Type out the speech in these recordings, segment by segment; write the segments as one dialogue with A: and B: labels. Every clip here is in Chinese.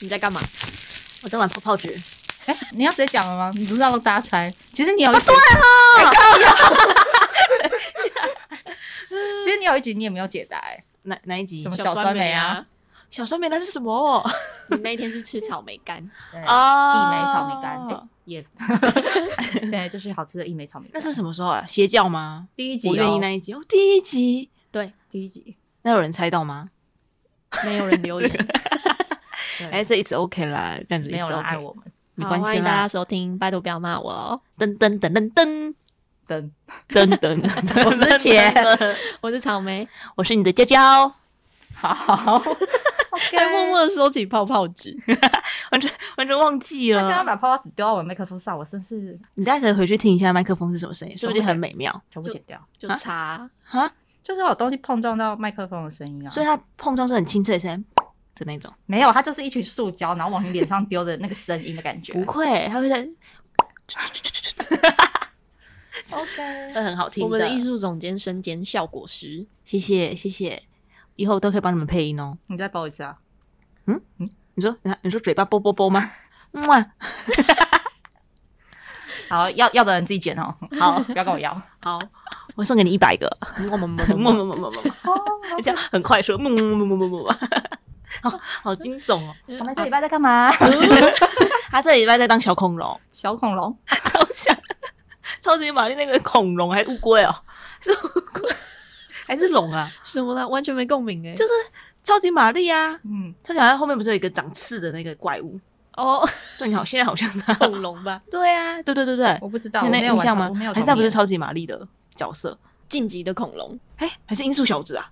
A: 你在干嘛？
B: 我在玩泡泡纸。
C: 哎、你要直接讲了吗？你不是要大家猜？其实你有一集，啊 其实你有一集你也没有解答、哎，
B: 哪哪一集
C: 什？么小酸梅啊？
A: 小酸梅那是什么？ 你那一天是吃草莓干
C: 啊，
A: 啊
C: 一枚草莓干，哎也， 对，就是好吃的一枚草莓
B: 那
C: 干。
B: 是什么时候啊？邪教吗？
C: 第一集、哦，
B: 我愿意那一集哦，第一集。
A: 对，
C: 第一集，
B: 那有人猜到吗？
A: 没有人 留言，
C: 对
B: 哎，这一直 OK 啦，这样子一
C: 没
B: 直
C: 有人
B: OK
C: 爱，我们，
B: 没
A: 好
B: 关
A: 欢
B: 系
A: 迎大家
B: 啦。
A: 收听，拜托不要骂我哦。
B: 噔噔噔噔噔
C: 等
B: 噔 噔噔，
C: 我是茄
B: 噔噔
A: 我是草莓，
B: 我是你的娇娇，
C: 好，哎
A: 该默默的收起泡泡纸。
B: 完全完全忘记
C: 刚刚
B: 了。
C: 把泡泡纸丢到我的麦克风上，我真是
B: 你大家可以回去听一下麦克风是什么声音，说不定很美妙
C: 全部
A: 就
C: 剪掉，
A: 就
B: 啊
A: 差
B: 啊。
C: 就是有东西碰撞到麦克风的声音啊。
B: 所以它碰撞是很清脆的声音的那种，
C: 没有，它就是一群塑胶，然后往你脸上丢的那个声音的感觉。
B: 不会，它会在，
C: OK，
B: 会很好听
A: 我们的艺
B: 的。
A: 术总监身兼效果 师，
B: 谢谢谢谢，以后都可以帮你们配音哦。
C: 你再播一次啊？
B: 你说你你说嘴巴啵啵啵吗？哇，
C: 好，要要的人自己 剪哦，
B: 好
C: 不要跟我要。
B: 好，我送给你一百个，
A: 嗯我们
B: 么么么么么，这样很快说么么么么么么，好好惊悚哦。
A: 呃
C: 我们这
A: 啊
C: 礼拜在干 嘛？
B: 他这礼拜在当小恐龙，
C: 小恐龙。
B: 超像超级玛丽那个恐龙，还乌龟哦，是乌龟还是龙啊？
A: 什么啦，完全没共鸣哎，
B: 就是超级玛丽啊，
C: 嗯，
B: 超级玛丽后面不是有一个长刺的那个怪物？
A: 哦，
B: 对，你好，现在好像他。
A: 恐龙吧，
B: 对啊，对对对对，
C: 我不知道，
B: 有
C: 我
B: 那
C: 没有
B: 印
C: 玩
B: 象
C: 过，
B: 吗
C: 我没有？
B: 还
C: 童
B: 是他不是
C: 年
B: 超级玛丽的角色？
A: 晋级的恐 龙，
B: 哎，还是音速小子啊？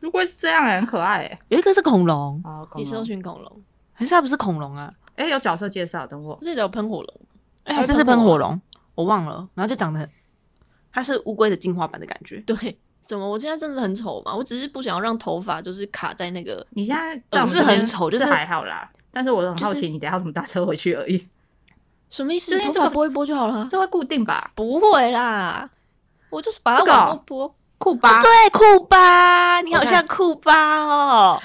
C: 如果是这样，很可爱哎。
B: 有一个是恐龙，
C: 哦，
A: 你搜寻恐龙，
B: 还是他不是恐龙啊？
C: 哎，有角色介绍，等我
A: 我。记得有喷火龙，
B: 哎，
A: 还
B: 还
A: 是
B: 是是
A: 喷
B: 喷
A: 火
B: 火龙，我忘了。然后就长得很，它是乌龟的进化版的感 觉。
A: 对，怎么我现在真的很丑嘛？我只是不想要让头发就是卡在那个，
C: 你现在在
B: 呃不
C: 我们
B: 是
C: 这边
B: 很丑就是
C: 是还好啦。但是我很
A: 就
C: 好
A: 是
C: 奇，你等一下怎么搭车回去而已。
A: 什么意思？
C: 就是
A: 头
C: 这
A: 发
C: 个
A: 拨一拨就好了啊，
C: 这会固定吧？
A: 不会啦，我就是把它
C: 这个哦
A: 往后拨，
C: 酷吧？
B: 对，库巴，你好
C: 我看
B: 像库巴 哦，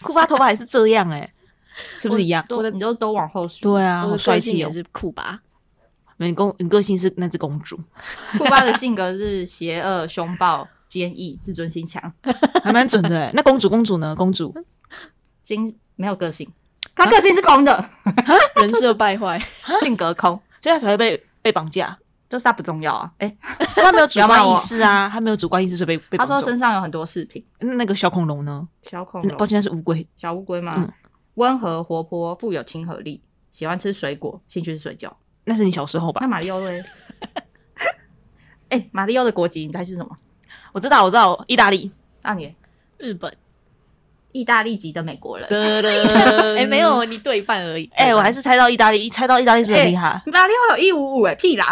B: 库巴头发还是这样哎、是不是一样？
C: 都
A: 我的
C: 你就都往后梳。
B: 对啊，
A: 我
B: 好
A: 的个
B: 帅
A: 性
B: 气哦
A: 也！是酷吧，
B: 没你公你个性是那只公主，
C: 库巴的性格是邪恶、凶暴、坚毅、自尊心强，
B: 还蛮准的哎、 那公主公主呢？公主
C: 精没有个性，他个性是空的，
A: 人设败坏，
C: 性格空，
B: 所以她才会被被绑架，
C: 就是他不重要啊。哎、
B: 她没有主
C: 不要骂
B: 观
C: 我
B: 意识啊，她没有主观意识，所以被被
C: 他
B: 绑
C: 说
B: 走
C: 身上有很多饰品，
B: 那个小恐龙呢？
C: 小恐
B: 抱
C: 龙、
B: 歉，那是乌龟。
C: 小乌龟吗
B: 嗯？
C: 温、和活泼，富有亲和力，喜欢吃水果，兴趣是睡觉。
B: 那是你小时候吧
C: 那？马里 奥嘞？哎、马里奥的国籍你猜是什么？
B: 我知道，我知道，意大利。
C: 那、你
A: 日本，
C: 意大利籍的美国人。
A: 哎，
B: 哎
A: 没，有，你对一半而已，
B: 哎、我还是猜到意大利，一猜到意大利是不是很厉害？
C: 马里奥有一五五哎， 屁啦！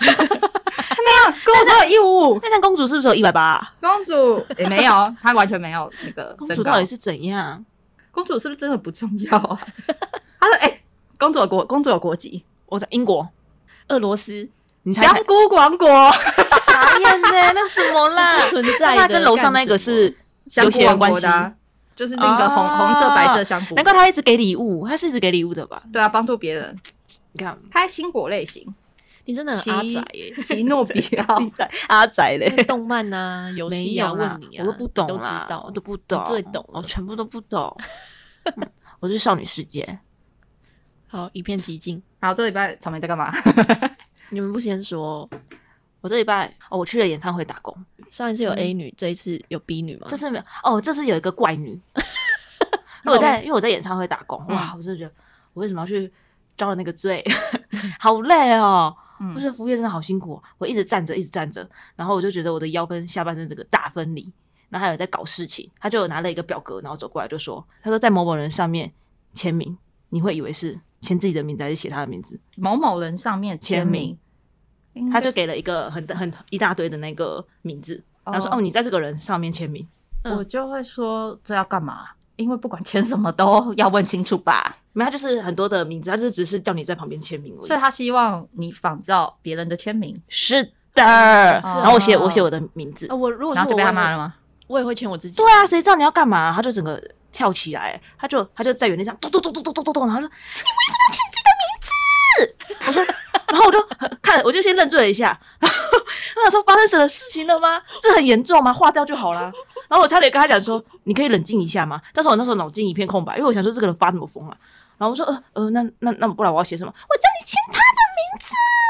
C: 那样跟我说有一五五，
B: 那像公主是不是有一百八？
C: 公主也、没有，她完全没有那个
B: 公
C: 身
B: 主
C: 高
B: 到底是怎样？
C: 公主是不是真的不重要啊？她说：“哎、公主有国，公主有国籍，
B: 我在英国，
A: 俄罗斯
B: 你猜
C: 香
B: 猜
C: 菇王国，
B: 傻眼呢、 那什么啦
A: 不？存在的，
B: 那他跟楼上那个
A: 干什
B: 是
A: 么，
C: 香菇王
B: 有
C: 国
B: 血
C: 的
B: 缘
C: 啊、
B: 关
C: 就是那个红、
B: 哦
C: 红色、白色香菇。
B: 难怪他一直给礼物，他是一直给礼物的吧？
C: 对啊，帮助别人，
B: 你看，
C: 开心果类型，
A: 你真的很阿宅耶，
C: 奇诺比 奥
B: 你在阿宅嘞，
A: 动漫呐、游
B: 哦 没
A: 戏
B: 有
A: 啊，
B: 啦
A: 问你啊，
B: 我都不懂
A: 你都知
B: 啦，
A: 道
B: 我，都不懂，
A: 你最懂了
B: 我全部都不懂。 嗯我是少女世界，
A: 好，一片寂静。
C: 好，这礼拜草莓在干嘛？
A: 你们不先说，
B: 我这礼拜哦，我去了演唱会打工，
A: 上一次有 A 女，这一次有 B 女吗？
B: 嗯这次没有哦，这次有一个怪 女，因为我嗯在因为我在演唱会打工，哇，我真的觉得我为什么要去遭了那个罪， 好累哦。我觉
C: 嗯，
B: 得服务业真的好辛苦、哦，我一直站着，一直站着，然后我就觉得我的腰跟下半身这个大分离。然后还有在搞事情，他就有拿了一个表格，然后走过来就说：“他说在某某人上面签名，你会以为是签自己的名字还是写他的名字
C: 某某人上面签名，？”
B: 他就给了一个很很一大堆的那个名字，然后说：“哦，你在这个人上面签名。
A: 嗯
C: 我就会说这要干嘛？因为不管签什么都要问清楚吧。”
B: 没有，他就是很多的名字，他就只是叫你在旁边签名而已。
C: 所以他希望你仿照别人的签名，
B: 是的，
C: 哦
B: 然后我写我写我的名字
A: 啊，。我如果
C: 然
A: 是
C: 后
A: 我
C: 就被他
A: 我也
C: 骂
A: 会
C: 了吗？
A: 我也会签我自己。
B: 对啊，谁知道你要干嘛？他就整个跳起来，他就他就在原地上咚咚咚咚咚咚咚咚，然后说你为什么要签自己的名字？我说，然 后我就看，我就先愣住了一下， 然后我想说发生什么事情了吗？这很严重吗？划掉就好啦。然后我差点跟他讲说，你可以冷静一下吗？但是我那时候脑筋一片空白，因为我想说这个人发什么疯啊？然后我说呃呃，那那那不然我要写什么？我叫你签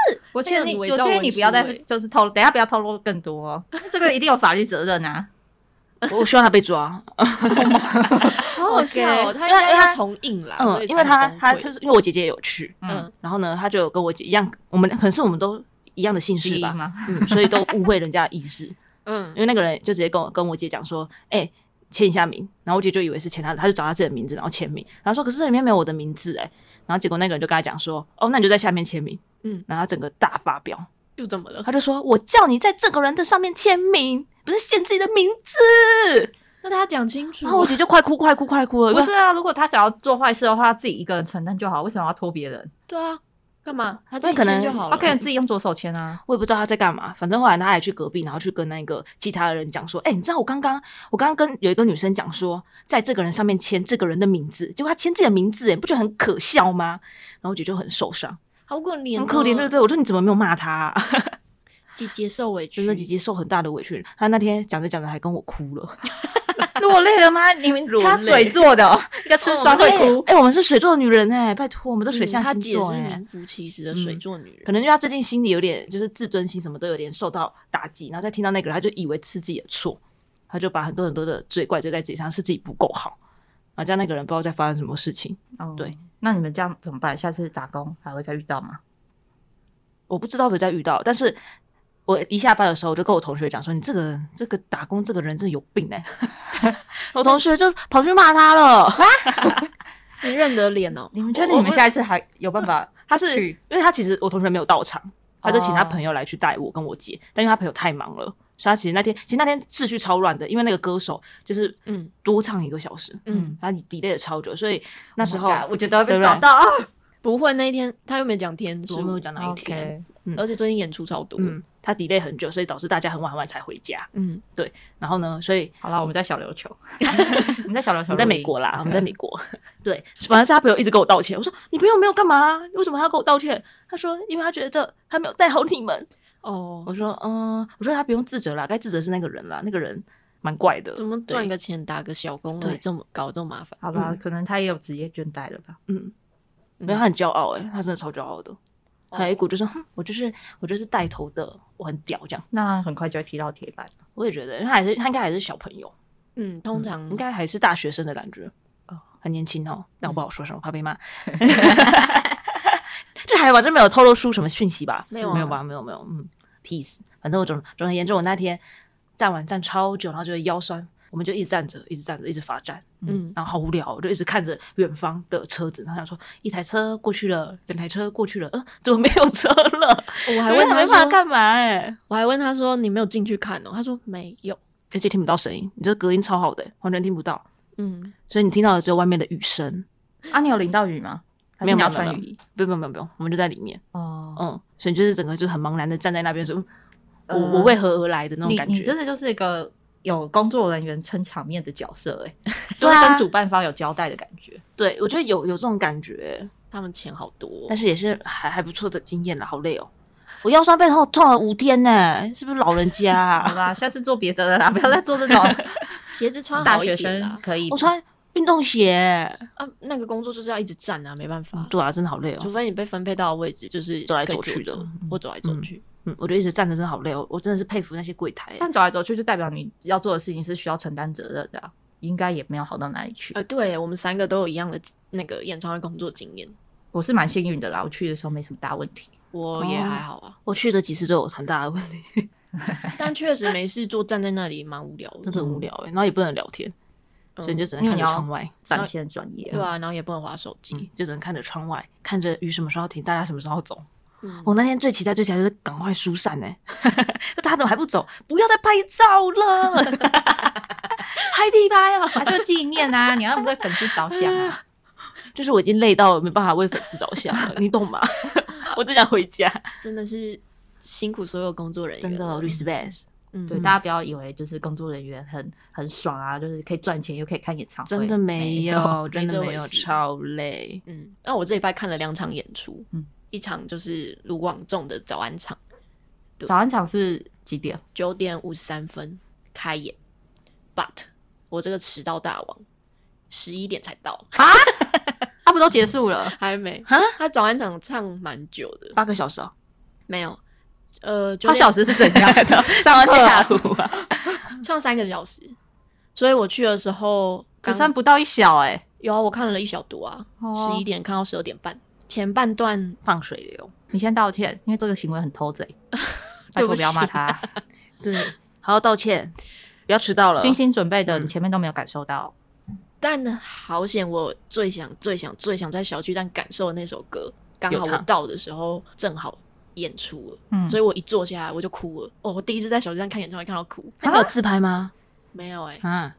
B: 他
C: 我
A: 这样
C: 劝你，
A: 伪
C: 我
A: 造
C: 劝
A: 文
C: 你不要
A: 书
C: 再
A: 欸
C: 就是透露，等一下不要透露更 多哦、这个一定有法律责任啊。
B: 我我希望他被抓，
A: 好好笑哦，
C: OK
A: 他
B: 因
A: 应
B: 为因为
A: 该
B: 他
A: 是从硬啦，啊所
B: 嗯，
A: 以
B: 因为
A: 才
B: 他
A: 崩
B: 他
A: 溃
B: 就是因为我姐姐也有去，
C: 嗯，
A: 嗯，
B: 然后呢，他就跟我姐一样，我们可能是我们都一样的姓
C: 第
B: 氏
C: 一
B: 吧，
C: 吗？
B: 嗯，所以都误会人家的意思，
A: 嗯
B: 因为那个人就直接跟我跟我姐讲说，哎、签一下名，然后我姐就以为是签他的，他就找他自己的名字，然后签名，然后说可是这里面没有我的名字哎、然后结果那个人就跟他讲说，哦，那你就在下面签名，
A: 嗯，
B: 然后他整个大发飙，
A: 又怎么了？
B: 他就说我叫你在这个人的上面签名，不是限自己的名字，
A: 那他讲清楚
B: 然后我
A: 啊，
B: 姐就快哭快哭快哭了，
C: 不是啊，如果他想要做坏事的话，自己一个人承担就好，为什么要拖别人？
A: 对啊，干嘛？他自己
B: 可能
A: 签就好
C: 他
A: 了。
C: 可以自己用左手签啊。
B: 我也不知道他在干嘛，反正后来他也去隔壁，然后去跟那个其他的人讲说，哎、你知道我刚刚我刚刚跟有一个女生讲说，在这个人上面签这个人的名字，结果他签自己的名字，哎，你不觉得很可笑吗？然后我姐就很受伤，
A: 好可怜哦，
B: 很可怜，对不对？我说你怎么没有骂他、啊？
A: 姐姐受委屈
B: 真的姐姐受很大的委屈，她那天讲着讲着还跟我哭了。
C: 落泪了吗？你们
B: 落
C: 他
B: 泪
C: 水做的、哦， 要吃
A: 哦
C: 酸会
A: 对
C: 哭。
B: 哎、我们是水做的女人哎、拜托，我们都水象
A: 嗯她
B: 星
A: 姐
B: 座
A: 是
B: 哎、
A: 名副其实的水
B: 嗯
A: 做女人，
B: 可能因为她最近心里有点就是自尊心什么都有点受到打击，然后再听到那个人，她就以为是自己的错，她就把很多很多的罪怪罪在自己身上，是自己不够好，然后这样那个人不知道在发生什么事情，
C: 哦
B: 对，
C: 那你们这样怎么办？下次打工还会再遇到吗？
B: 我不知道有没有再遇到，但是。我一下班的时候，我就跟我同学讲说：“你这个这个打工这个人真的有病哎、 我同学就跑去骂他了，
A: 你认得脸哦。
C: 你们觉得你们下一次还有办 法？
B: 他是
C: 去
B: 因为他其实我同学没有到场，他就请他
C: 哦
B: 朋友来去带我跟我姐，但因为他朋友太忙了，所以他其实那天其实那天秩序超乱的，因为那个歌手就是
A: 嗯
B: 嗯多唱一个小时，
A: 嗯，
B: 他 delay 了超久，所以那时候
C: Oh my god，我觉得
B: 对
C: 被
B: 不
C: 找
B: 对？
C: 到啊。
A: 不会那一天他又没讲天数
B: 嗯我，没有讲哪一天，
C: OK，
A: 而且最近演出超多，
B: 嗯，他 delay 很久，所以导致大家很晚很晚才回家。
A: 嗯，
B: 然后呢，所以
C: 好了，我们在小琉 球，我们在小琉球，
B: 我在美国啦，我们在美国。 对，反正是他朋友一直跟我道歉。我说你朋友没有干嘛啊、为什么他要跟我道歉？他说因为他觉得他没有带好你们。
A: 哦，
B: 我说嗯，我说他不用自责啦，该自责是那个人啦，那个人蛮怪的。
A: 怎么
B: 对
A: 赚个钱打个小工而已，
B: 对
A: 这么搞这么麻烦？
C: 好吧，可能他也有职业倦怠了吧？
B: 嗯，
A: 嗯
B: 没有，他很骄傲哎、他真的超骄傲的，还有一股就是哼我就是我就是带头的，我很屌这样。
C: 那很快就会踢到铁板。
B: 我也觉得，因为他还是他应该还是小朋友，
A: 嗯，通常
B: 应该还是大学生的感觉，很年轻哦。但我不好说什么，怕 被骂。 这还完全没有透露出什么讯息吧？
A: 没有啊
B: 没有吧？没有没有，嗯，peace。反正我总总而言之，我那天站完站超久，然后就腰酸，我们就一直站着，一直站着，一直罚站。
A: 嗯，
B: 然后好无聊，我就一直看着远方的车子，然后想说一台车过去了，两台车过去了，嗯，怎么没有车了？
A: 哦我还
B: 因为
A: 问
B: 他
A: 他
B: 没办法
A: 说，
B: 干嘛哎、欸，
A: 我还问他说你没有进去看哦，他说没有，
B: 而且听不到声音，你这隔音超好的欸、完全听不到，
A: 嗯，
B: 所以你听到的只有外面的雨声。
C: 啊，你有淋到雨吗？还
B: 没
C: 是
B: 有
C: 你要
B: 没有
C: 穿
B: 没有
C: 雨衣？
B: 不用不用不用不用，我们就在里面，
C: 哦，
B: 嗯，所以就是整个就是很茫然的站在那边说，嗯我、
C: 呃
B: 我为何而来的那种
C: 你
B: 感
C: 你
B: 觉
C: 真。的就是一个有工作人员撑场面的角色，哎，就
B: 对
C: 是
B: 啊
C: 跟主办方有交代的感觉。
B: 对，我觉得有有这种感觉欸，
A: 他们钱好多哦
B: 但，是也是还还不错的经验了，好累哦。我腰酸背痛痛了五天呢、是不是老人家、
C: 好
B: 啊？
C: 啦，下次做别的了啦，不 要再做 这种
A: 鞋子穿
C: 大
A: 好
C: 学
A: 一点啦
C: 生，可以
B: 我穿运动鞋欸、
A: 啊，那个工作就是要一直站啊，没办法，
B: 对啊，真的好累哦
A: 除。非你被分配到的位置就是
B: 走来
A: 可以
B: 走去的
A: 坐着或走来走去，
B: 嗯，我就一直站着，真的好累哦。我真的是佩服那些柜台。
C: 但走来走去就代表你要做的事情是需要承担责任的啊，应该也没有好到哪里去
A: 呃，。对我们三个都有一样的那个演唱会工作经验，
C: 我是蛮幸运的啦，我去的时候没什么大问题。
A: 我也
B: 哦
A: 还好啊，
B: 我去的几次都有很大的问题，
A: 但确实没事做，站在那里蛮无聊的，嗯
B: 真的很无聊哎、然后也不能聊天，所以你就只能
C: 因为
B: 看着
C: 你要
B: 窗外，
C: 展现专业，
A: 呃对啊，然后也不能划手
B: 嗯
A: 机，
B: 就只能看着窗外，看着雨什么时候停，大家什么时候走。
A: 嗯
B: 我那天最期待、最期待就是赶快疏散 呢、那大家怎么还不走？不要再拍照了， 拍屁拍啊！
C: 啊，就纪念啊，你要为粉丝着想 啊。
B: 就是我已经累到没办法为粉丝着想了，你懂吗？ 我只想回家，
A: 真的是辛苦所有工作人员
B: 真哦
A: 了，哦
B: 的 respect。
A: 嗯
C: 对，
B: 嗯
A: 嗯
C: 大家不要以为就是工作人员很很爽啊，就是可以赚钱又可以看演唱会，
B: 真的没有，真
A: 这
B: 的
A: 回
B: 没有，
A: 事
B: 超累。
A: 嗯，那我这礼拜看了两场演出，
C: 嗯
A: 一场就是卢广仲的早安场，
C: 早安场是几点？
A: 九点五十三分开演，but 我这个迟到大王十一点才到，
C: 他不都结束了？
A: 还没
B: 哈
A: 他早安场唱蛮久的，
B: 八个小时哦，
A: 没有，呃，
C: 八小
A: 时
C: 时是怎样？
B: 上到
C: 课哦
B: 下午 啊，
A: 唱三个小时，所以我去的时候
C: 只
A: 刚
C: 剩不到一小哎、
A: 有啊，我看了一小读啊，
C: 哦
A: 十一点看到十二点半，前半段
B: 放水流。
C: 你先道歉，因为这个行为很偷 贼。拜
A: 对
C: 托
A: 不
C: 不
A: 起
C: 要骂他，
B: 对，好好道歉，不要迟到了。
C: 精心准备的，
B: 嗯
C: 你前面都没有感受到。
A: 但好险，我最想、最想、最想在小巨蛋感受的那首歌，刚
B: 有
A: 好我
B: 唱
A: 到的时候正好演出了，
C: 嗯，
A: 所以我一坐下来我就哭了。哦，我第一次在小巨蛋看演唱会看到哭，
B: 那你有自拍吗？
A: 没有哎、
B: 啊，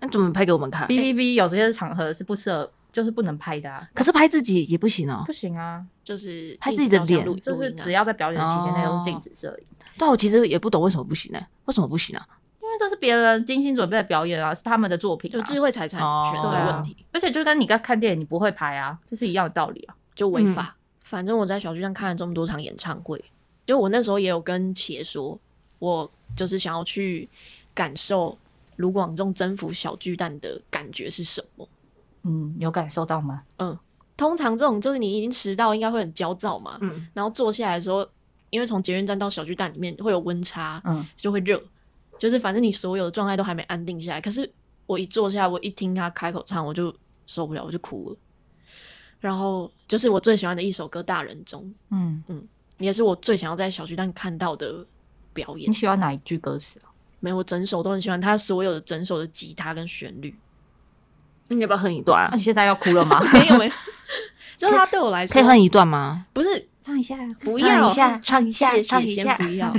B: 那怎么拍给我们看？
C: B B B 有些场合是不适合，就是不能拍的、啊，
B: 可是拍自己也不行哦。
C: 不行啊，
A: 就是
B: 拍
A: 禁止
B: 自己的
A: 照相
B: 脸
A: 录影
C: 就是
A: 录
C: 只
A: 影啊
C: 要在表演的期间内都是禁止摄影，
B: 但我其实也不懂为什么不行呢、为什么不行啊？
C: 因为这是别人精心准备的表演啊，是他们的作品、啊，
A: 有智慧财产权
B: 哦
A: 的问题，
C: 而且就跟你刚看电影，你不会拍啊，这是一样的道理啊。
A: 就违法。反正我在小巨蛋看了这么多场演唱会，就我那时候也有跟茄说，我就是想要去感受卢广仲征服小巨蛋的感觉是什么。
C: 嗯，有感受到吗？
A: 通常这种就是你已经迟到，应该会很焦躁嘛。
B: 嗯，
A: 然后坐下来的时候，因为从捷运站到小巨蛋里面会有温差，
C: 嗯，
A: 就会热，就是反正你所有的状态都还没安定下来。可是我一坐下来，我一听他开口唱，我就受不了，我就哭了。然后就是我最喜欢的一首歌《大人中》，
C: 嗯，
A: 也是我最想要在小巨蛋看到的表演
B: 嗯
C: 你。喜欢哪一句歌词啊？
A: 没有，我整首都很喜欢他所有的整首的吉他跟旋 律。
B: 那你要不要哼一段
C: 那、
B: 啊？
C: 你现在要哭了吗？
A: 没有没有， 就是他对我来
B: 欸可
A: 说
B: 以，哼一段吗？
A: 不是
C: 唱一下，啊
A: 不要
B: 唱一下，唱一下，
A: 谢
B: 唱
A: 谢，
B: 一
A: 先
B: 下。
A: 不 要。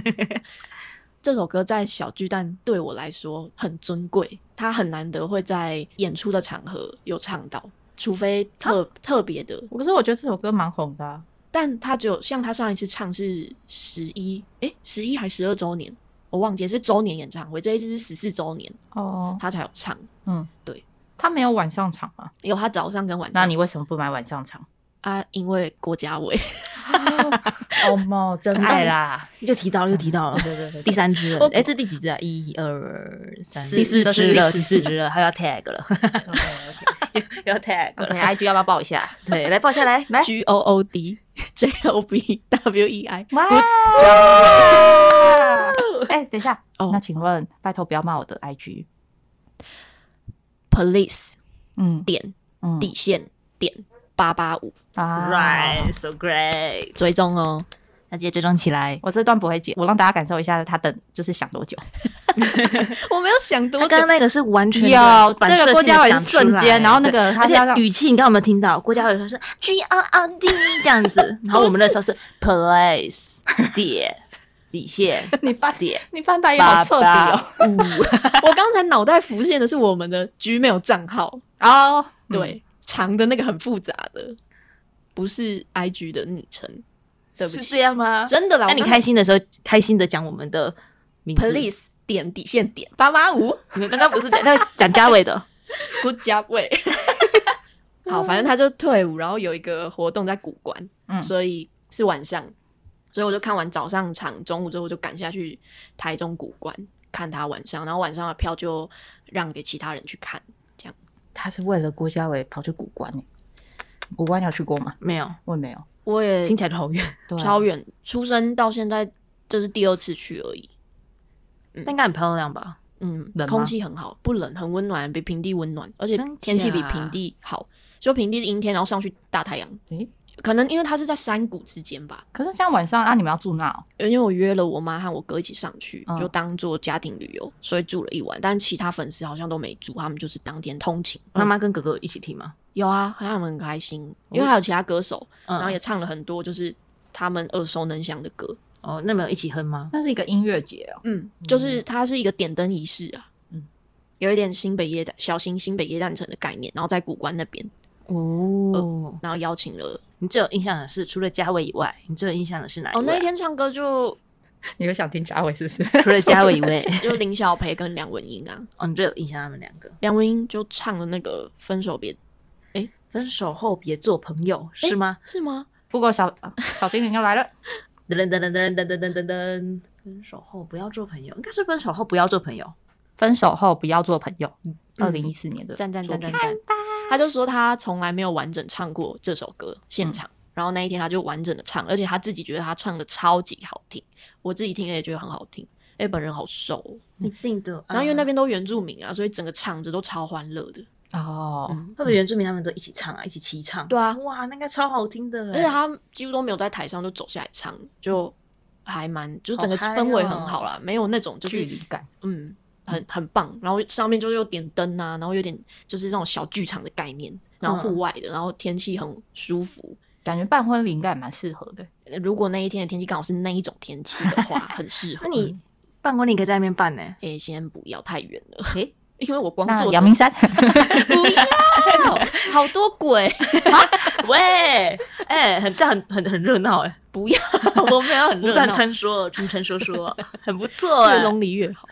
A: 这首歌在小巨蛋对我来说很尊贵，它很难得会在演出的场合有唱到，除非特、
B: 哦
A: 特别的。
C: 可是我觉得这首歌蛮红的啊、
A: 但他只有像他上一次唱是十一，诶，十一还十二周年，我忘记了是周年演唱会，这一次是十四周年，
C: 哦，
A: 他才有唱。
C: 嗯，
A: 对，
C: 他没有晚上场啊，
A: 有他早上跟晚上。
C: 那你为什么不买晚上场？
A: 啊，因为郭家伟，
C: 哦莫，真爱啦！
B: 又提到了，又提到了。
C: 对对 对哦
B: 第
C: 对，
B: 三只了
A: 我，
B: 哎，这第几只啊？一二三，
C: 四
B: 第四
C: 这
B: 只
C: 是
B: 了，第
C: 第
B: 四
C: 四
B: 只了，还要 tag 了， 要 tag 了。
C: OK，IG 要不要报一下？
B: 对，来抱下来， 来
A: G O O D J O B W E I，
C: 哇！哎，等一下，
A: 哦
C: 那请问，拜托不要骂我的 IG。
A: Police
C: 嗯，
A: 点
C: 嗯
A: 底线点八八五
C: 啊
B: ，right，so great。
A: 追踪哦。
B: 那直接追踪起来。
C: 我这段不会剪，我让大家感受一下他等就是想多久。
A: 我没有想多
B: 他刚刚那个是完全
C: 有那个郭嘉伟瞬间，然后那个
B: 他
C: 他是要让
B: 语气，你刚刚有没有听到？郭嘉伟他是 G O O D 这样子，然后我们那时候是 place 点底线
C: 你翻
B: 点
C: 你翻白眼好
B: 八
C: 彻底哦。
B: 八五，
A: 我刚才脑袋浮现的是我们的 Gmail 账号，
C: 哦，嗯，
A: 对，长的那个很复杂的，不是 IG 的昵称，对不
B: 是
A: 起，
B: 这样吗？
A: 真的啦。
B: 那你
A: 我刚才
B: 开心的时候，开心的讲我们的名字。
A: Police 点底线点八八五
B: 你们刚刚不是讲那个蒋嘉伟的？
A: ，Good job 喂。 好，反正他就退伍，然后有一个活动在古关，
C: 嗯
A: 所以是晚上，所以我就看完早上场，中午之后我就赶下去台中古关看他晚上，然后晚上的票就让给其他人去看。
C: 他是为了郭嘉伟跑去古关耶。古关你有去过吗？
B: 没有，
C: 我也没有，
A: 我也
B: 听起来就好 远，
C: 对啊
A: 超远，出生到现在这是第二次去而已。
B: 但应该很漂亮吧？
A: 嗯
C: 冷吗，
A: 空气很好，不冷，很温暖，比平地温暖，而且
B: 真
A: 天气比
B: 假
A: 平地好。就平地是阴天，然后上去大太阳，
C: 诶，
A: 可能因为它是在山谷之间吧。
C: 可是这样晚上啊，你们要住那哦？
A: 因为我约了我妈和我哥一起上去，
C: 嗯
A: 就当做家庭旅游，所以住了一晚。但其他粉丝好像都没住，他们就是当天通勤。嗯
B: 妈妈跟哥哥一起听吗？
A: 有啊，他们很开心，因为还有其他歌手，
B: 嗯
A: 然后也唱了很多就是他们耳熟能详的歌。
B: 哦，那没有一起哼吗？
C: 那是一个音乐节哦。
A: 嗯，就是它是一个点灯仪式啊，
C: 嗯
A: 嗯，有一点新北耶诞小型新北耶诞城的概念，然后在古关那边，
B: 哦，
A: 然后邀请了
B: 你最有印象的是除了嘉伟以外，你最有印象的是哪一
A: 哦
B: 位啊？
A: 那一天唱歌就
C: 你会想听嘉伟是 不是？
B: 除了嘉伟以外，
A: 就林小培跟梁文音啊，
B: 哦，你就有印象他们两个
A: 梁文音就唱了那个《分手别》，
B: 分手后别做朋友是吗？
A: 是吗？
C: 不过小啊小精灵又来了，
B: 噔噔噔噔噔噔噔噔噔，分手后不要做朋友，应该是分手后不要做朋友。
C: 分手后不要做朋友。二零一四年的
A: 赞赞
C: 作
A: 赞
C: 品
A: 赞赞，他就说他从来没有完整唱过这首歌现场，然后那一天他就完整的唱，而且他自己觉得他唱的超级好听，我自己听了也觉得很好听。哎、本人好瘦哦、
B: 一定的，
A: 然后因为那
B: 边
A: 边都原住民啊，所以整个场子都超欢乐的。
C: 哦，
A: 嗯，
B: 会不会原住民他们都一起唱啊，一起齐唱？
A: 对啊
B: 哇，那个超好听的欸，
A: 而且他几乎都没有在台上就走下来唱，就还蛮，就是整个
B: 好嗨
A: 氛围
B: 哦
A: 很好啦，没有那种就是
C: 距离感。
A: 嗯，很很棒。然后上面就是有点灯啊，然后有点就是那种小剧场的概念，然后户外的，然后天气很舒服。
C: 感觉办婚礼应该也蛮适合的。
A: 呃如果那一天的天气刚好是那一种天气的话，很适合。
B: 那你办婚礼可以在那边办呢？
A: 诶、先不要太远了，
B: 诶，
A: 因为我光
C: 那
A: 坐
C: 阳明 山，
A: 不要，好多鬼，
B: 喂，哎，很这样很很很热闹 哎，
A: 不要，我没有很
B: 不
A: 热
B: 断
A: 闹，
B: 穿梭，穿穿说说， 很不错哎
A: 越。浓离越好。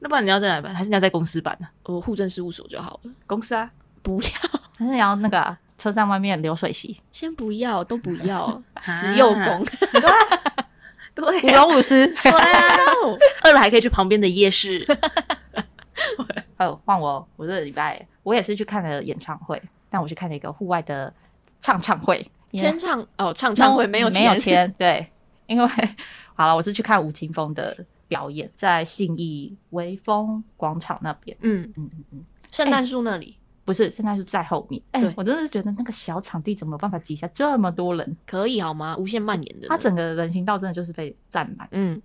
B: 那不然你要在哪办？还是你要在公司办呢？啊
A: 我呃户政事务所就好了，
B: 公司啊，
A: 不要，
C: 还是要那个车站外面流水席，
A: 先不要，都不要，慈幼宫，
B: 对啊
C: 舞龙舞狮。
B: 对啊，饿了还可以去旁边的夜市。
C: 哦，换我，我这个礼拜我也是去看了演唱会，但我去看了一个户外的唱唱会，因为
A: 签唱哦，唱唱会没有
C: 嗯没有签，对，因为好了，我是去看吴青峰的表演，在信义微风广场那边，
A: 嗯，
C: 嗯嗯嗯，
A: 圣诞树那里
C: 不是，现在是在后面，哎、
A: 对
C: 我真的是觉得那个小场地怎么有办法挤下这么多人？
A: 可以好吗？无限蔓延的呢，
C: 它整个人行道真的就是被占满，
A: 嗯，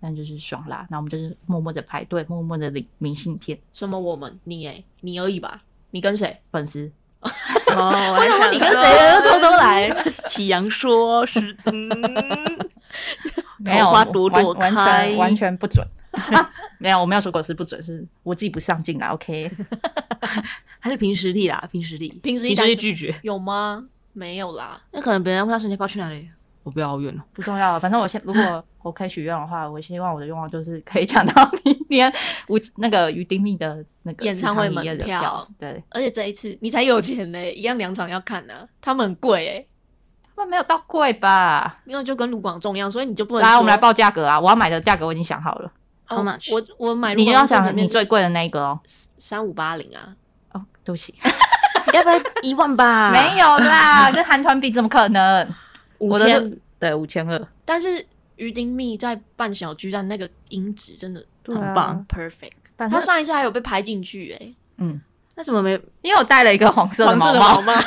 C: 但就是爽啦，那我们就是默默的排队，默默的领明信片，
A: 什么我们你哎、你而已吧，你跟谁？
C: 粉丝
B: 哦， 我
A: 还想
B: 还
A: 说
B: 想
A: 你跟谁了又偷偷来。
B: 启阳说是嗯，
C: 没有
B: 桃花朵朵
C: 完完
B: 开
C: 全完全不准。 没有，我没有说过是不准，是我自己不上进啦。OK，
B: 还是凭实力啦，凭实力，
A: 凭实力
B: 凭实力
A: 单身
B: 拒绝。
A: 有吗？没有啦，
B: 那可能别人问他说你要不要去哪里，我不要好远了。
C: 不重要啊了。反正我现如果我可以许愿的话，我希望我的愿望就是可以抢到明 年我那个于丁密的那个
A: 演唱会
C: 紫堂里耶的
A: 门票
C: 票。对，
A: 而且这一次你才有钱嘞、 一样两场要看呢、啊，他们很贵哎、
C: 他们没有到贵吧？
A: 因为就跟卢广仲一样，所以你就不能
C: 来，
A: 说
C: 我们来报价格啊！我要买的价格我已经想好了，
A: 哦
B: How much？
A: 我哎我买
C: 你
A: 卢
C: 就要
A: 广仲
C: 想
A: 前面
C: 你最贵的那一个哦。
A: 三五八零啊，
C: 哦，对不起，
B: 要不要一万吧？
C: 没有啦， 跟韩团比怎么可能？
B: 五
C: 我的
B: 千
C: 是。对五千二，
A: 但是于丁密在办小巨蛋那个音质真的
C: 对啊
B: 很棒，
A: perfect，
C: 反
A: 他
C: 正
A: 上一次还有被拍进去哎、
C: 嗯，
B: 那怎么没
C: 因为我戴了一个黄色
A: 黄
C: 的
A: 色
C: 毛
A: 的
C: 毛
A: 毛，毛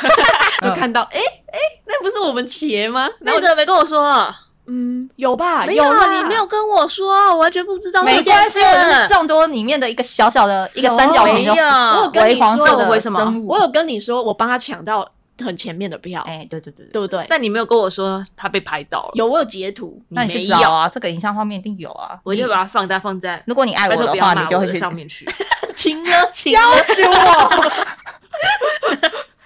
A: 就看到哎哎、那不是我们茄吗？然后
B: 怎么没跟我说？
A: 嗯有吧，
B: 没有
A: 啦，
B: 啊，你没有跟我说，我完全不知道
C: 没
B: 这件
C: 关系，
B: 事。
C: 我就是众多里面的一个小小的一个三角形
B: 没有，
C: 的
A: 啊我跟你
C: 微黄色
A: 说
C: 的
B: 为什么
C: 生物
A: 我有跟你说，我帮他抢到很前面的票，
C: 哎，对对对对，
A: 对不对？
B: 但你没有跟我说他被拍到了，
A: 有我有截图，
C: 那你
B: 没
C: 去找
B: 有，
C: 啊，这个影像画面一定有啊。
B: 我就
C: 你
B: 把它放大放在，
C: 如果你爱
B: 拜
C: 我
B: 托
C: 的
B: 不要
C: 话，
B: 骂
C: 你就
B: 我
C: 会
B: 的
C: 去
B: 上面去。
A: 亲了亲
C: 要 求我，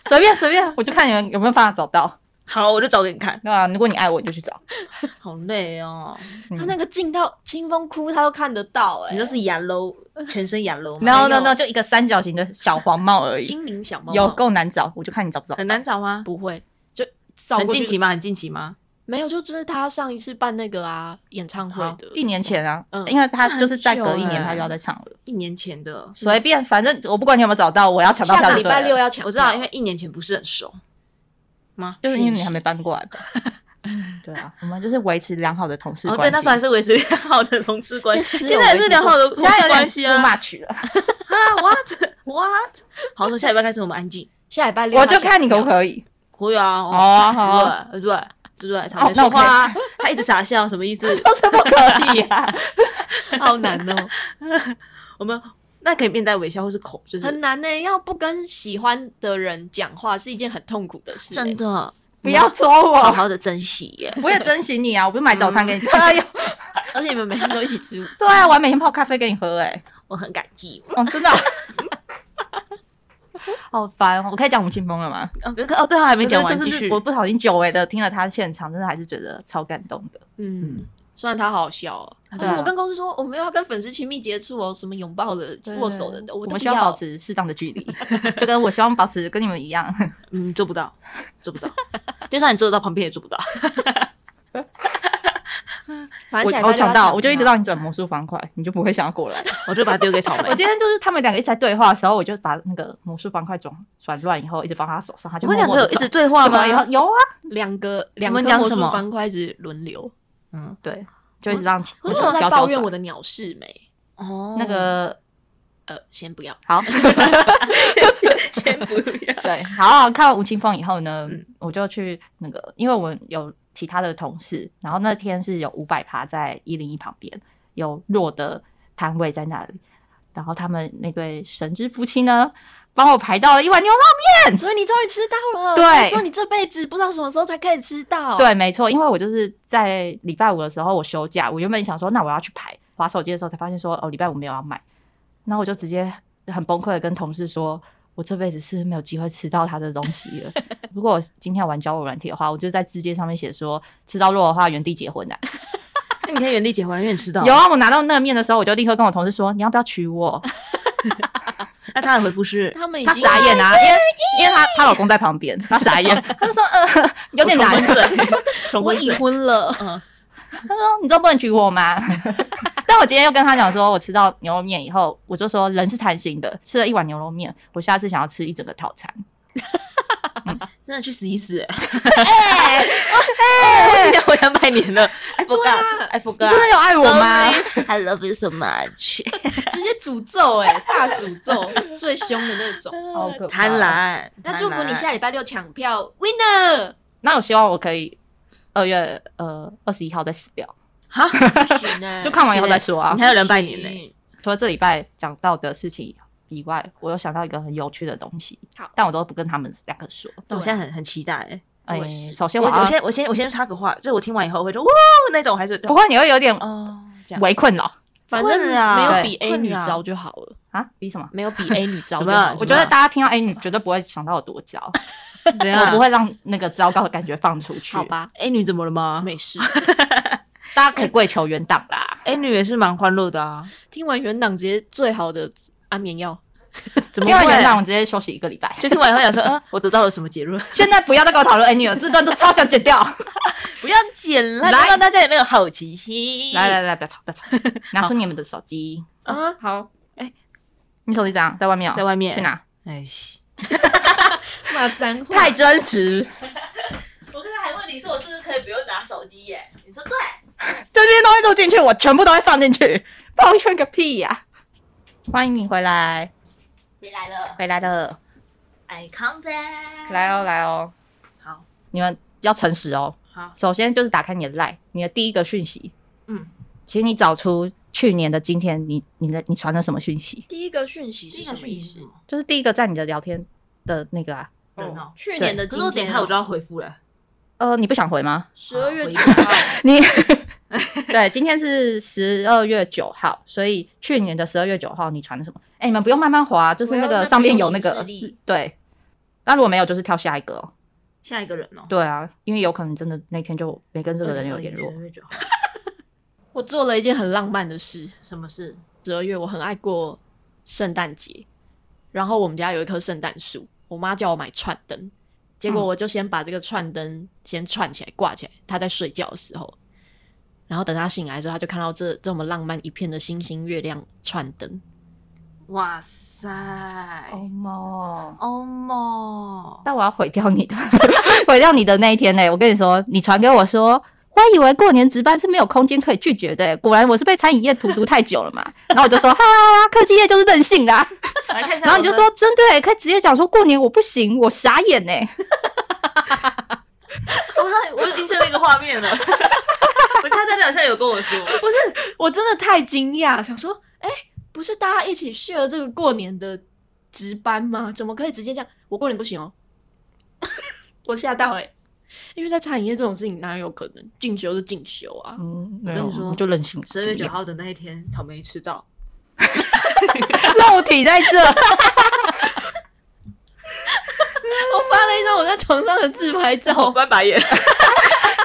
C: 随便随便，我就看你们有没有办法找到。
B: 好，我就找给你看。
C: 对啊，如果你爱我，你就去找。
B: 好累哦，
C: 嗯
A: 他那个近到清风哭，他都看得到哎、
B: 你
A: 欸，
B: 都是亚楼，全身亚楼吗？
C: no no
A: 没有
C: no，就一个三角形的小黄帽而已，
A: 精灵小猫
C: 有够难找，我就看你找不找。
B: 很难找吗？
A: 不会就照
B: 很
A: 过
B: 近
A: 去
B: 期吗？很近期吗？
A: 没有，就就是他上一次办那个啊演唱会的，
C: 一年前啊
A: 嗯，
C: 因为他就是再
B: 那
C: 隔
B: 很久
C: 一年
B: 欸
C: 他就要再唱了，
B: 一年前的，
C: 随便，反正我不管你有没有找到，我要抢到
A: 下
C: 票
A: 个
C: 就
A: 礼
C: 对
A: 拜
C: 了
A: 六。要抢票，
B: 我知道，因为一年前不是很熟吗？
C: 就是因为你还
B: 是
C: 没搬过来 吧？对啊，我们就是维持良好的同事
B: 不是哦，
C: 关
B: 对，
C: 系。啊
B: 那时候还是维持良好的同事关 系，
A: 现在
B: 现在也是良好的同
C: 现在
B: 事
C: 有
B: 关
C: 点
B: 系啊
C: too。much 了，
B: 啊，what what？好，从下礼拜开始我们安静。
A: 下礼拜六
C: 我
A: 他
C: 就
A: 抢
C: 看你可不
A: 票
C: 可以。
B: 可以啊，
C: 好啊，好啊，
B: 哦，对对对对，常没说
C: 那我可以
B: 话啊，他一直傻笑，什么意思？
C: 就是不可 以啊。
A: 好难 哦，
B: 我们那可以面带微笑，或是口，就是
A: 很难呢、欸要不跟喜欢的人讲话是一件很痛苦的事、欸，
B: 真的
C: 不要捉
B: 好
C: 我，
B: 好的珍惜耶。
C: 我也珍惜你啊！我不是买早餐给你吃， 哎呦，
A: 而且你们每天都一起 吃午餐
C: 对啊，我还每天泡咖啡给你喝，哎，
B: 我很感激。
C: 哦，真的 啊。好烦哦！我可以讲吴青峰了吗？
B: 哦，可可哦，对啊，还没讲完，
C: 就
B: 继
C: 是
B: 续
C: 我。不小心久违的听了他现场，真的还是觉得超感动的。
A: 嗯，虽然他好笑、哦，他
B: 对
A: 说
B: 啊
A: 我跟公司说我没有要跟粉丝亲密接触哦，什么拥抱的、握手的，
C: 我
A: 都
C: 们
A: 不
C: 希望保
A: 要。
C: 持适当的距离， 就跟我希望保持跟你们一样。
B: 嗯，做不到，做不到， 就算你做得到，旁边也做不到。
A: 反正
C: 我
A: 现在大
C: 我
A: 家
C: 抢
A: 都要
C: 到，我就一直
A: 抢
C: 让你转魔术方块，你就不会想要过来。
B: 我就把它丢给草莓
C: 我。今天就是他们两个一直在对话的时候，我就把那个魔术方块转转乱以后，一直放他手上，他
B: 我
C: 就
B: 们
C: 默
B: 两
C: 默
B: 个
C: 地
B: 有一直
C: 转
B: 对话
C: 怎
B: 吗
C: 么？有有啊，
A: 两个两
B: 们
A: 颗
B: 讲
A: 魔术
B: 什么
A: 方块一直轮流，
B: 嗯，
C: 对，就一直让
A: 我
C: 我
A: 那
C: 就
A: 时候在
C: 交
A: 抱
C: 交
A: 怨
C: 转
A: 我的鸟事没，
B: 哦
C: 那个
A: 呃，先不要。
C: 好，
B: 先不要。
C: 对，好，看完吴青峰以后呢，
B: 嗯
C: 我就去那个，因为我们有其他的同事，然后那天是有五百趴在一零一旁边有弱的摊位在那里，然后他们那对神之夫妻呢，帮我排到了一碗牛肉
A: 所以你终于吃到了，
C: 对
A: 你说你这辈子不知道什么时候才可以吃到。
C: 面。，对，没错，因为我就是在礼拜五的时候我休假，我原本想说那我要去排，划手机的时候才发现说哦礼拜五没有要买，然后我就直接很崩溃的跟同事说。我这辈子是没有机会吃到他的东西 了。如果我今天玩交友软体的话，我就在字界上面写说，吃到肉的话原地结婚的、
B: 那你可以原地结婚，因为你吃到。
C: 有，啊，我拿到那个面的时候，我就立刻跟我同事 说，你要不要娶我？
B: 那他的回复是
A: 他们已
C: 她
A: 经
C: 傻眼啊，因为因为她她老公在旁边，她傻眼，她就说呃有点难，她
B: 对，重
A: 我
B: 婚
A: 已
B: 罪。
A: 婚了，
C: 说你都不能娶我吗？ 但我今天又跟她讲说，我吃到牛肉面以后，我就说人是贪心的，吃了一碗牛肉面，我下次想要吃一整个套餐。
B: 真的去死一死、欸！
C: 哎、
B: 我两我两百年了，I forgot，I
C: 你真
B: forgot。
C: 的有爱我吗？
B: I love you so much，
A: 直接诅咒哎、大诅咒，最凶的那种。
C: 好可怕
B: 贪婪。
A: 那祝福你
B: 贪婪
A: 下礼拜六抢票 winner。
C: 那我希望我可以二月呃二十一号再死掉，
A: 不行哎、
C: 就看完以后再说啊
B: 你。还有两百年呢、
C: 除了这礼拜讲到的事情以外，我有想到一个很有趣的东西，
A: 好
C: 但我都不跟他们两个说。
B: 我现在很很期待、欸。
A: 我
C: 哎、
A: 也是
C: 首先
B: 我
C: 我要
B: 我先我先我先插个话，就是我听完以后会说哇那种，还是
C: 不过你会有点
B: 哦这样。
C: 围困扰
A: 反正
B: 困扰
A: 没有比
B: 对
A: A
B: 困
A: 女
B: 扰
A: 招就好了，
C: 啊？比什么？
A: 没有比 A 女招
B: 怎
A: 就
B: 么
A: 好
B: 样
A: 了。
C: 我
B: 怎
C: 觉
B: 么
C: 得
B: 样
C: 大家听到 A 女绝对不会想到有多糟，
B: 怎样
C: 我不会让那个糟糕的感觉放出去。
A: 好，吧，
B: A 女怎么了吗
A: 没事。
C: 大家可以跪求原档啦。
B: ？A 女也是蛮欢乐的啊，
A: 听完原档直接最好的安眠药，
B: 怎么
C: 听完原档，
B: 会？
C: 我直接休息一个礼拜。
B: 就听完以后想说，呃，我得到了什么结论？
C: 现在不要再跟我讨论 A 女了，这段都超想剪 掉。
B: 不要剪了，
C: 来
B: 让大家有没有好奇心？
C: 来来来，不要吵，不 要吵，拿出你们的手机。
A: 啊，好，
C: 你手机怎样？在外面、哦？
B: 在外面
C: 去哪？
B: 哎西，
A: 骂脏话，
C: 太真实，
B: 我刚才还问你说我是不是可以不用拿手机耶？你说对，
C: 这些东西录进去，我全部都会放进去，抱怨个屁呀、欢迎你回来，
B: 回来了
C: 回来了，
B: ，I come back。
C: 来哦，来哦，
B: 好，
C: 你们要诚实哦。
B: 好，
C: 首先就是打开你的 line，你的第一个讯息，
B: 嗯，
C: 请你找出去年的今天你，你的你传了什么讯息？
A: 第一个讯息是
B: 这
A: 什
B: 个
A: 么
B: 讯
A: 意
B: 息
A: 思
B: 是？什么
C: 就是第一个在你的聊天的那个啊，
B: 人哦
A: 去年的今
B: 可是我点
A: 天
B: 开我就
A: 哦，
B: 要回复了，
C: 呃，你不想回吗？
A: 十二月
B: 回
A: 九号，
C: 你 对，今天是十二月九号，所以去年的十二月九号你传的什么？哎、你们不用慢慢滑，就是那
A: 我要
C: 个
A: 那
C: 上面
A: 边
C: 有
A: 有
C: 那
A: 显示
C: 个嗯
A: 力
C: 对。那如果没有，就是跳下一个哦。
B: 下一个人哦。
C: 对啊，因为有可能真的那天就没跟这个人有联络
B: 12。月9号
A: 我做了一件很浪漫的事。
B: 什么事？
A: 十二月我很爱过圣诞节，然后我们家有一棵圣诞树，我妈叫我买串灯，结果
C: 嗯
A: 我就先把这个串灯先串起来挂起来，她在睡觉的时候，然后等她醒来的时候，她就看到这这么浪漫一片的星星、月亮、串灯，
B: 哇塞，Oh,
C: 哦莫，
B: 哦莫，
C: 但我要毁掉你的， 毁掉你的那一天呢、我跟你说，你传给我说，我以为过年值班是没有空间可以拒绝的、果然我是被餐饮业荼毒太久了嘛。然后我就说，哈哈哈，科技业就是任性啦。
B: 来看一下
C: 然后你就
B: 我们
C: 说，真的、欸，可以直接讲说过年我不行，我傻眼呢、
B: 我我有印象那个画面 了。我他在好像有跟我说，
A: 不是，我真的太惊讶，想说，哎、不是大家一起 share 这个过年的值班吗？怎么可以直接这样？我过年不行哦， 我吓到哎、因为在餐饮业这种事情哪有可能进修就进修 啊？
C: 嗯，没
B: 有
C: 有，
B: 我
C: 我
B: 就
C: 就任性。
B: 十二月九号的那一天，草莓吃到，
C: 肉体在这，
A: 我发了一张我在床上的自拍
B: 然后
A: 照
B: 哦
C: 哦
B: 我，翻白眼，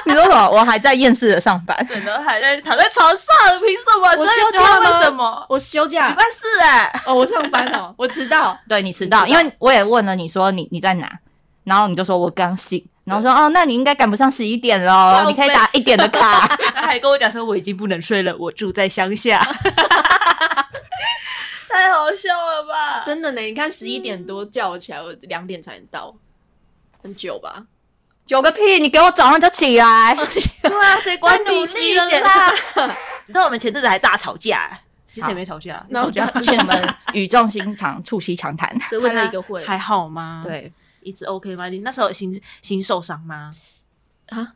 C: 你说什么？我还在厌世的上 班，
B: 对，然后还在躺在床上，凭什么？
A: 我
B: 所以
A: 休
B: 就
A: 假吗
B: 为什么？
A: 我休
B: 礼
A: 假
B: 拜四哎，
A: 哦，我上班哦， 我迟到。
C: 对你迟到，因为我也问了你说你你在哪，然后你就说我刚醒，然后说哦，那你应该赶不上十 一点喽，
B: 报
C: 你可以
B: 备
C: 打一点的卡。
B: 他还跟我讲说我已经不能睡了，我住在乡下，太好笑了吧？
A: 真的呢，你看十一点多叫我起来，我两点才能到，很久吧？
C: 九个屁！你给我早上就起来。
B: 对啊，谁管
A: 努
B: 你
A: 力
B: 一
A: 了
B: 点
A: 啦
B: 啦？ 你知道我们前阵子还大吵架、哎其实也没吵架，
A: 然后
B: 吵架
A: 他
C: 就是我们语重心长、促膝长谈。
B: 所以问
A: 开
B: 他
A: 了一个会
B: 还好吗？，
C: 对，
B: 一直 OK 吗？你那时候有心心受伤吗？
A: 啊，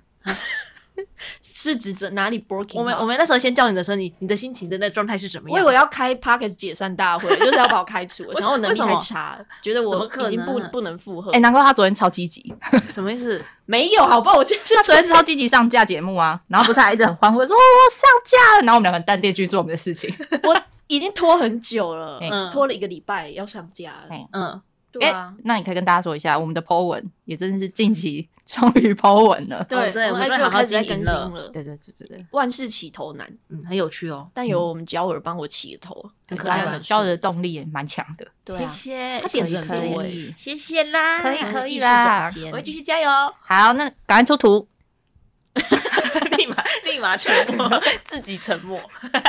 A: 是指着哪里 broken？
B: 我们我
A: 们
B: 们那时候先叫你的时候，你你的心情的那状态是怎么
A: 我
B: 样？
A: 以为要开 Parkes 解散大 会，就是要把我开除，想要我能力
B: 为什
A: 太
B: 么
A: 差了，觉得
B: 怎
A: 我
B: 么可
A: 已经不
B: 能
A: 不能负荷
C: 哎、。难怪他昨天超积极，
B: 什么意思？
A: 没有，好不好？我就是
C: 他昨天超积极上架节目啊， 然后不是还一直很欢呼说、哦、我上架了，然后我们两个很淡定去做我们的事 情。
A: 我已经拖很久 了
B: 嗯，
A: 拖了一个礼拜要上架了
C: 哎。
B: 嗯，
A: 对啊，
C: 那你可以跟大家说一下，我们的 Po 文也真的是近期终于 Po 文了。
A: 对
B: 哦对
A: 我
B: 我
A: 们
B: 们
A: IG
B: 好好
A: 开始在
B: 经
A: 更
B: 营
A: 新
B: 了
A: 了，
C: 对对对对对，
A: 万事起头难，
B: 嗯，很有趣哦，
A: 但有我们焦耳帮我起的头，
C: 很可
A: 大
C: 爱
A: 家
C: 吧？
A: 很
C: 教
A: 顺
C: 的动力也蛮强的。
A: 对
B: 谢
A: 啊，
B: 谢，
A: 他点子很
C: 可以
A: 多
C: 可
A: 欸
C: 以
B: 谢谢啦，
C: 可以
A: 嗯
C: 可以
A: 艺术
C: 啦
A: 总监
B: 我会继续加油，
C: 好，那赶快出图。
B: 立马立马沉默，自己沉默。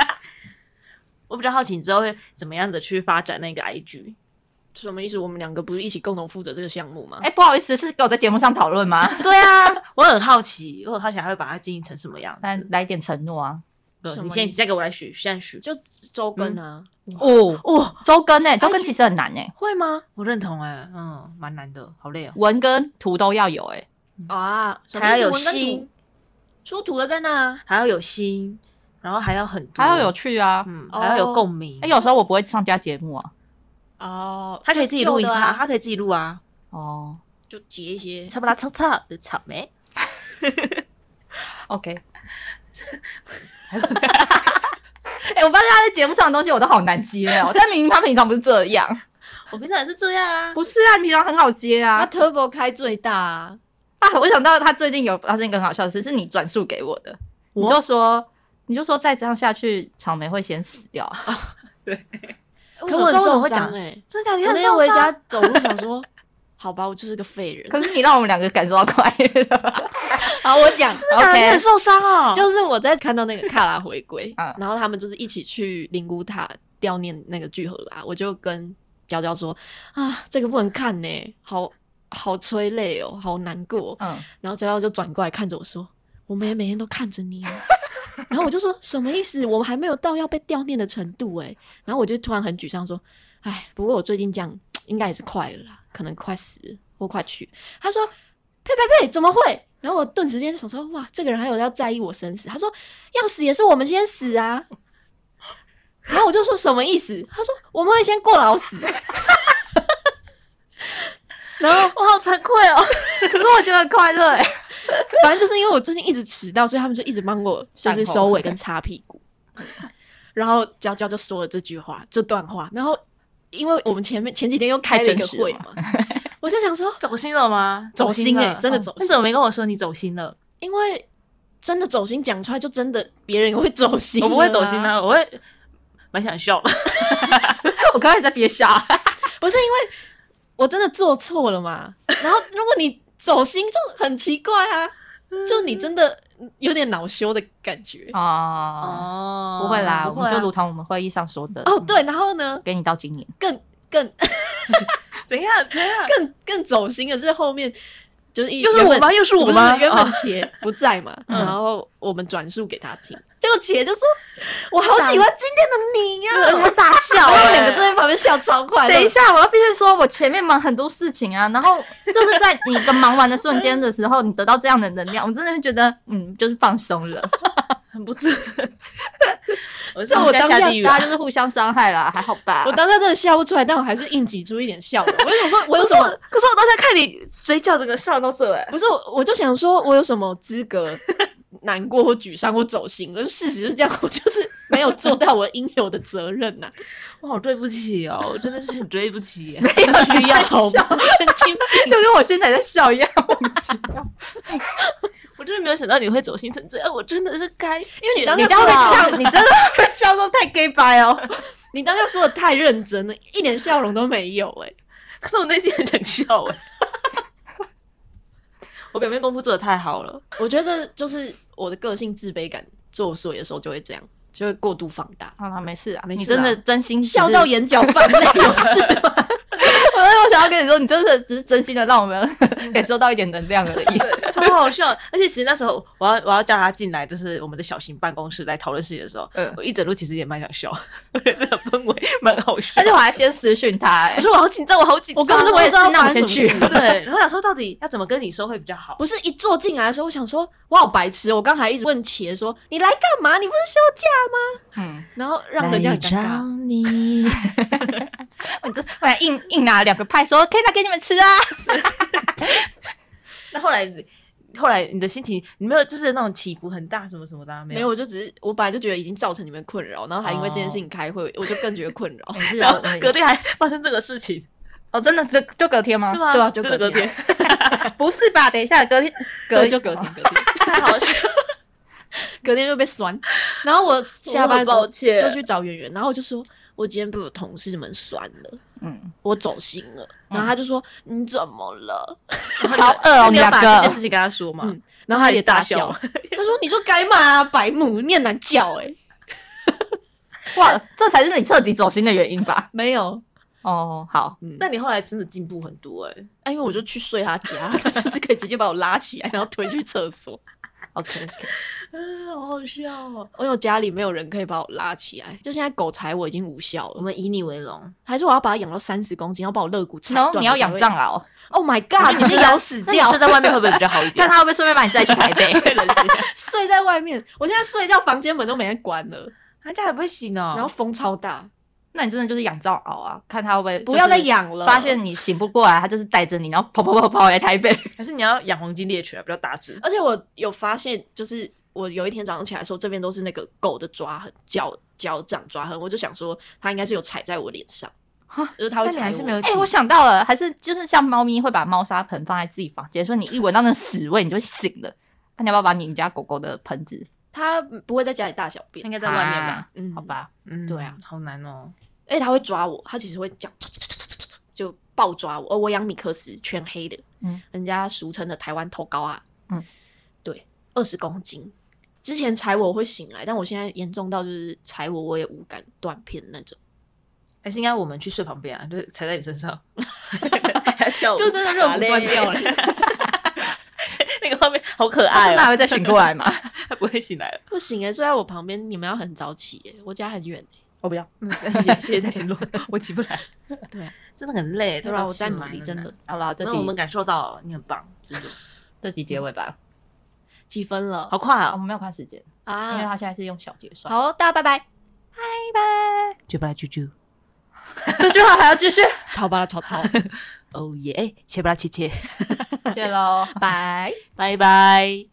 B: 我比较好奇你之后会怎么样的去发展那个 IG，
A: 什么意思？我们两个不是一起共同负责这个项目吗？
C: 哎、不好意思，是跟我在节目上讨论吗？
B: 对啊，我很好奇，我很好奇还会把它经营成什么样
C: 但
B: 子。
C: 来点承诺啊。
B: 对
A: 什么
B: 你现
A: 意
B: 在
A: 思
B: 再给我来许，现在许。
A: 就周更啊，
C: 哦，
B: 哦，
C: 周更哎、周更其实很难哎、
A: 会吗？
B: 我认同哎、嗯，蛮难的，好累哦。
C: 文跟图都要有哎、
A: 啊，什么
B: 还要
A: 意思
B: 有
A: 文跟图
B: 心
A: 出图了在那啊，
B: 还要有心，然后还要很多，
C: 还要有，趣啊。
B: 嗯，还要有共鸣。
C: 哎、有时候我不会上架节目啊。
A: 哦，
B: 他可以自己录一
A: 旧的
B: 趴，
A: 啊
B: 他可以自己录啊，
C: 哦
A: 就截一些。
B: 差不多，差差的草莓，
C: ，OK。哎、我发现他在节目上的东西我都好难接哦，但明明他平常不是这样。
B: 我平常也是这样啊。
C: 不是啊，你平常很好接
A: 他
C: 啊。
A: Turbo 开最大啊，
C: 啊，我想到他最近有发生一个很好笑的事，是你转述给我的，你
B: 我
C: 就说。你就说再这样下去，草莓会先死掉 啊。
A: 可我很
B: 哎我
A: 受
B: 会
A: 伤
B: 讲，
A: 哎。
B: 真的假的？你
A: 我那
B: 很
A: 天
B: 受
A: 回家
B: 伤？
A: 走路想说，好吧，我就是个废人。
C: 可是你让我们两个感受到快乐。
A: 好，我讲，
B: 真的假的你
C: OK
B: 很受伤哦。
A: 就是我在看到那个卡拉回 归
B: 嗯
C: 啊，
A: 然后他们就是一起去灵谷塔悼念那个聚合啦，我就跟娇娇说啊，这个不能看呢、好好催泪哦，好难过。
C: 嗯，
A: 然后娇娇就转过来看着我说，我们也每天都看着你、啊。 然后我就说什么意思？我们还没有到要被悼念的程度哎、然后我就突然很沮丧说，哎，不过我最近这样应该也是快了啦，可能快死了或快去。他说呸呸呸，怎么会？然后我顿时间想说，哇，这个人还有要在意我生死。他说要死也是我们先死啊。然后我就说什么意思？他说我们会先过劳死。 然后
B: 我好惭愧哦，
C: 可是我觉得很快乐哎、
B: 欸
A: 反正就是因为我最近一直迟到，所以他们就一直帮 我就是收尾跟擦屁股。然后娇娇就说了这句话，这段话。然后因为我们前面前几天又开了一个会嘛，我就想说，
B: 走心了吗？
A: 走心欸
B: 了
A: 真的
B: 哦
A: 走心
B: 你怎么没跟我说你走心了？
A: 因为真的走心讲出来，就真的别人也会走心、
B: 我不会走心啊的，我会蛮想笑的。
C: 我刚才在憋笑，
A: 不是因为我真的做错了嘛。然后如果你走心，就很奇怪啊，就你真的有点恼羞的感觉。
B: 嗯
C: 哦，
B: 哦
C: 不会啦，
B: 不
C: 我
B: 会
C: 们
B: 啊
C: 就如同我们会议上说的嗯
A: 哦，，对，然后呢，
C: 给你到今年。
A: 更更
B: 啊怎样怎样？
A: 更更走心的是后面就是一
B: 又是我
A: 原本
B: 吗？又是我
A: 不是
B: 吗？
A: 原
B: 哦
A: 本茄 不在嘛，
C: 嗯
A: 然后我们转述给他听，结果茄就说：“我好喜欢今天的你呀、
C: 我大 笑
A: 然后我们
C: 哎、
A: 两个就在旁边笑超快乐。
C: 等一下，我要必须说，我前面忙很多事情啊，然后就是在你一个忙完的瞬间的时候，你得到这样的能 量，我真的觉得，嗯，就是放松 了。
B: 很不错。 我是
A: 这我
B: 我该
A: 当
B: 下
A: 下
B: 地狱
C: 大
B: 啊
C: 家！就是互相伤害 啦，还好吧
A: 我？当时真的笑不出来，但我还是硬挤出一点笑容。我就想说，我有什
B: 可
A: 么？
B: 是我可是我当下看你嘴角整个上到这哎、
A: 不是我，我就想说，我有什么资格难过或沮丧或走心？可是事实是这样，我就是没有做到我应有的责任 呐、
B: 我好对不起哦，我真的是很对不起、
C: 没有
A: 需要好吧
C: 就跟我现在在笑一样，莫名其妙。
B: 我我真的没有想到你会走心成这样，我真的是该，因为
A: 你当
C: 你
A: 时
C: 刚刚
A: 说啊
C: 呛，你真的会呛说太 gay 白哦。
A: 你当下说的太认真了，一点笑容都没有、哎，
B: 可是我内心很想笑哎、我表面功夫做的太好了，
A: 我觉得这就是我的个性自卑感作祟的时候就会这样，就会过度放大，
C: 好了，没事啊，
B: 没
C: 你
B: 事啊
C: 真的真心只是
A: 笑 到眼角泛泪，有事吗？
C: 我我想要跟你说，你真的只是真心的让我们 感受到一点能量而已。
B: 超好笑。而且其实那时候我要我要叫他进来，就是我们的小型办公室来讨论事情的时候，
C: 嗯
B: 我一整路其实也蛮想笑， 而且这个氛围蛮好笑
C: 而且。我还先私讯他、
B: 我
C: 欸，
B: 说我好紧张，我好紧张，
A: 我根本就不
C: 我也
A: 知
C: 是
A: 道，
C: 那我先去
B: 对，然后想说到底要怎么跟你说会比较好？
A: 不是一坐进来的时候，我想说，我好白痴哦，我刚才一直问茄说你来干嘛？你不是休假？
C: 嗯，
A: 然后让人家很尴尬。
B: 你，
C: 我这我还硬硬拿了两个派说可以拿给你们吃啊。
B: 那后来后来你的心情，你没有就是那种起伏很大什么什么的、啊、
A: 没有，我就只是我本来就觉得已经造成你们困扰，然后还因为这件事情开会，我就更觉得困扰。
C: 没事
B: 然
C: 啊
B: 后，
C: 我们
B: 隔天还发生这个事情，
C: 哦，真的就就隔天吗？
B: 是吗？
A: 对啊就
B: 隔
A: 隔天，
C: 不是吧？等一哦下，隔天隔
A: 对，就隔天，隔天，
B: 太 好笑了，
A: 隔天就被酸。然 后我下班的时
B: 我
A: 候
B: 很抱歉
A: 就去找圆圆，然后我就说，我今天被我同事们酸了，
C: 嗯，
A: 我走心了。然后他就说你怎么了？
C: 好饿哦，
B: 你
C: 你
B: 要
C: 两
B: 把这件
C: 个
B: 事。情跟他说嘛。
A: 嗯然后他也大笑，
B: 他
A: 他说你就该骂啊，白目，你很难叫哎、
C: 哇，这才是你彻底走心的原因吧？
A: 没有，
C: 哦，好，
A: 嗯，
B: 那你后来真的进步很多哎、
A: 啊，因为我就去睡他 家，他就是可以直接把我拉起来，然后推去厕所。
C: OK，,
B: 啊，好好笑哦！
A: 我有家里没有人可以把我拉起来，就现在狗踩我已经无效
B: 我
A: 了，
B: 们以你为荣，
A: 还是我要把它养到三十公斤，要把我肋骨踩
C: 然
A: 断。
C: 后你要养藏獒，
A: ？Oh my god！你是 咬死
B: 那你
A: 掉
B: 睡？在外面会不会比较好一 点？
C: 看他会不会顺便把你载去台北。
B: 对冷静，啊
A: 睡在外面，我现在睡觉房间门都没人关了，
B: 他家还不会醒哦。
A: 然后风超大，
C: 那你真的就是养藏獒啊，看他会不会
A: 不要再
C: 就是
A: 养了。
C: 发现你醒不过来，他就是带着你，然后跑跑跑跑来台北。
B: 还是你要养黄金猎犬啊，比较打直。
A: 而且我有发现，就是我有一天早上起来的时候，这边都是那个狗的抓痕、脚脚掌抓痕，我就想说它应该是有踩在我脸上
C: 哈，
A: 就是它会
B: 但你
A: 踩
B: 还
A: 我
B: 是没有
C: 哎、
B: 起
C: 我想到了，还是就是像猫咪会把猫砂盆放在自己房间，所以你一闻到那屎味你就会醒了。那、你要不要把你们家狗狗的盆子
A: 它不会在家里大小便
B: 应，该在外面吧？
C: 啊
A: 嗯
C: 好。吧，
B: 嗯
A: 对啊，
B: 好难哦。
A: 而且它会抓我，它其实会这样就暴抓我。哦，我养米克斯，全黑的，
C: 嗯，
A: 人家俗称的台湾头高啊，
C: 嗯，
A: 对，二十公斤。之前踩我我会醒来，但我现在严重到就是踩我我也无感断片那种，
B: 还是应该我们去睡旁边啊，就是踩在你身上，还跳舞
A: 就真的热
B: 好
A: 骨
B: 嘞
A: 断掉了。
B: 那个画面好可
C: 它
B: 爱
C: 啊真的还
B: 哦，
C: 会再醒过来吗？
B: 他不会醒来了。
A: 不行哎、欸，睡在我旁边，你们要很早起哎、我家很远哎、
C: 我 不要，
B: 嗯谢谢谢谢再联络， 我起不来。
A: 对啊，
B: 真的很累，
A: 对啊，我在努力，真的。。
C: 好啦，这
B: 那
C: 集
B: 我们感受到你很棒，真的
C: 这集结尾吧。
A: 几分了？
B: 好快
C: 啊，我
B: 啊！
C: 们没有看时间，因
A: 啊，
C: 为他现在是用小节算。
A: 好，哦大家拜拜，
B: 就不来啾啾，
C: 这句话还要继续，
A: 超巴拉超 超，
B: Oh 哦耶！哎切不拉切切，
C: 谢喽。
A: 拜。
B: 拜拜。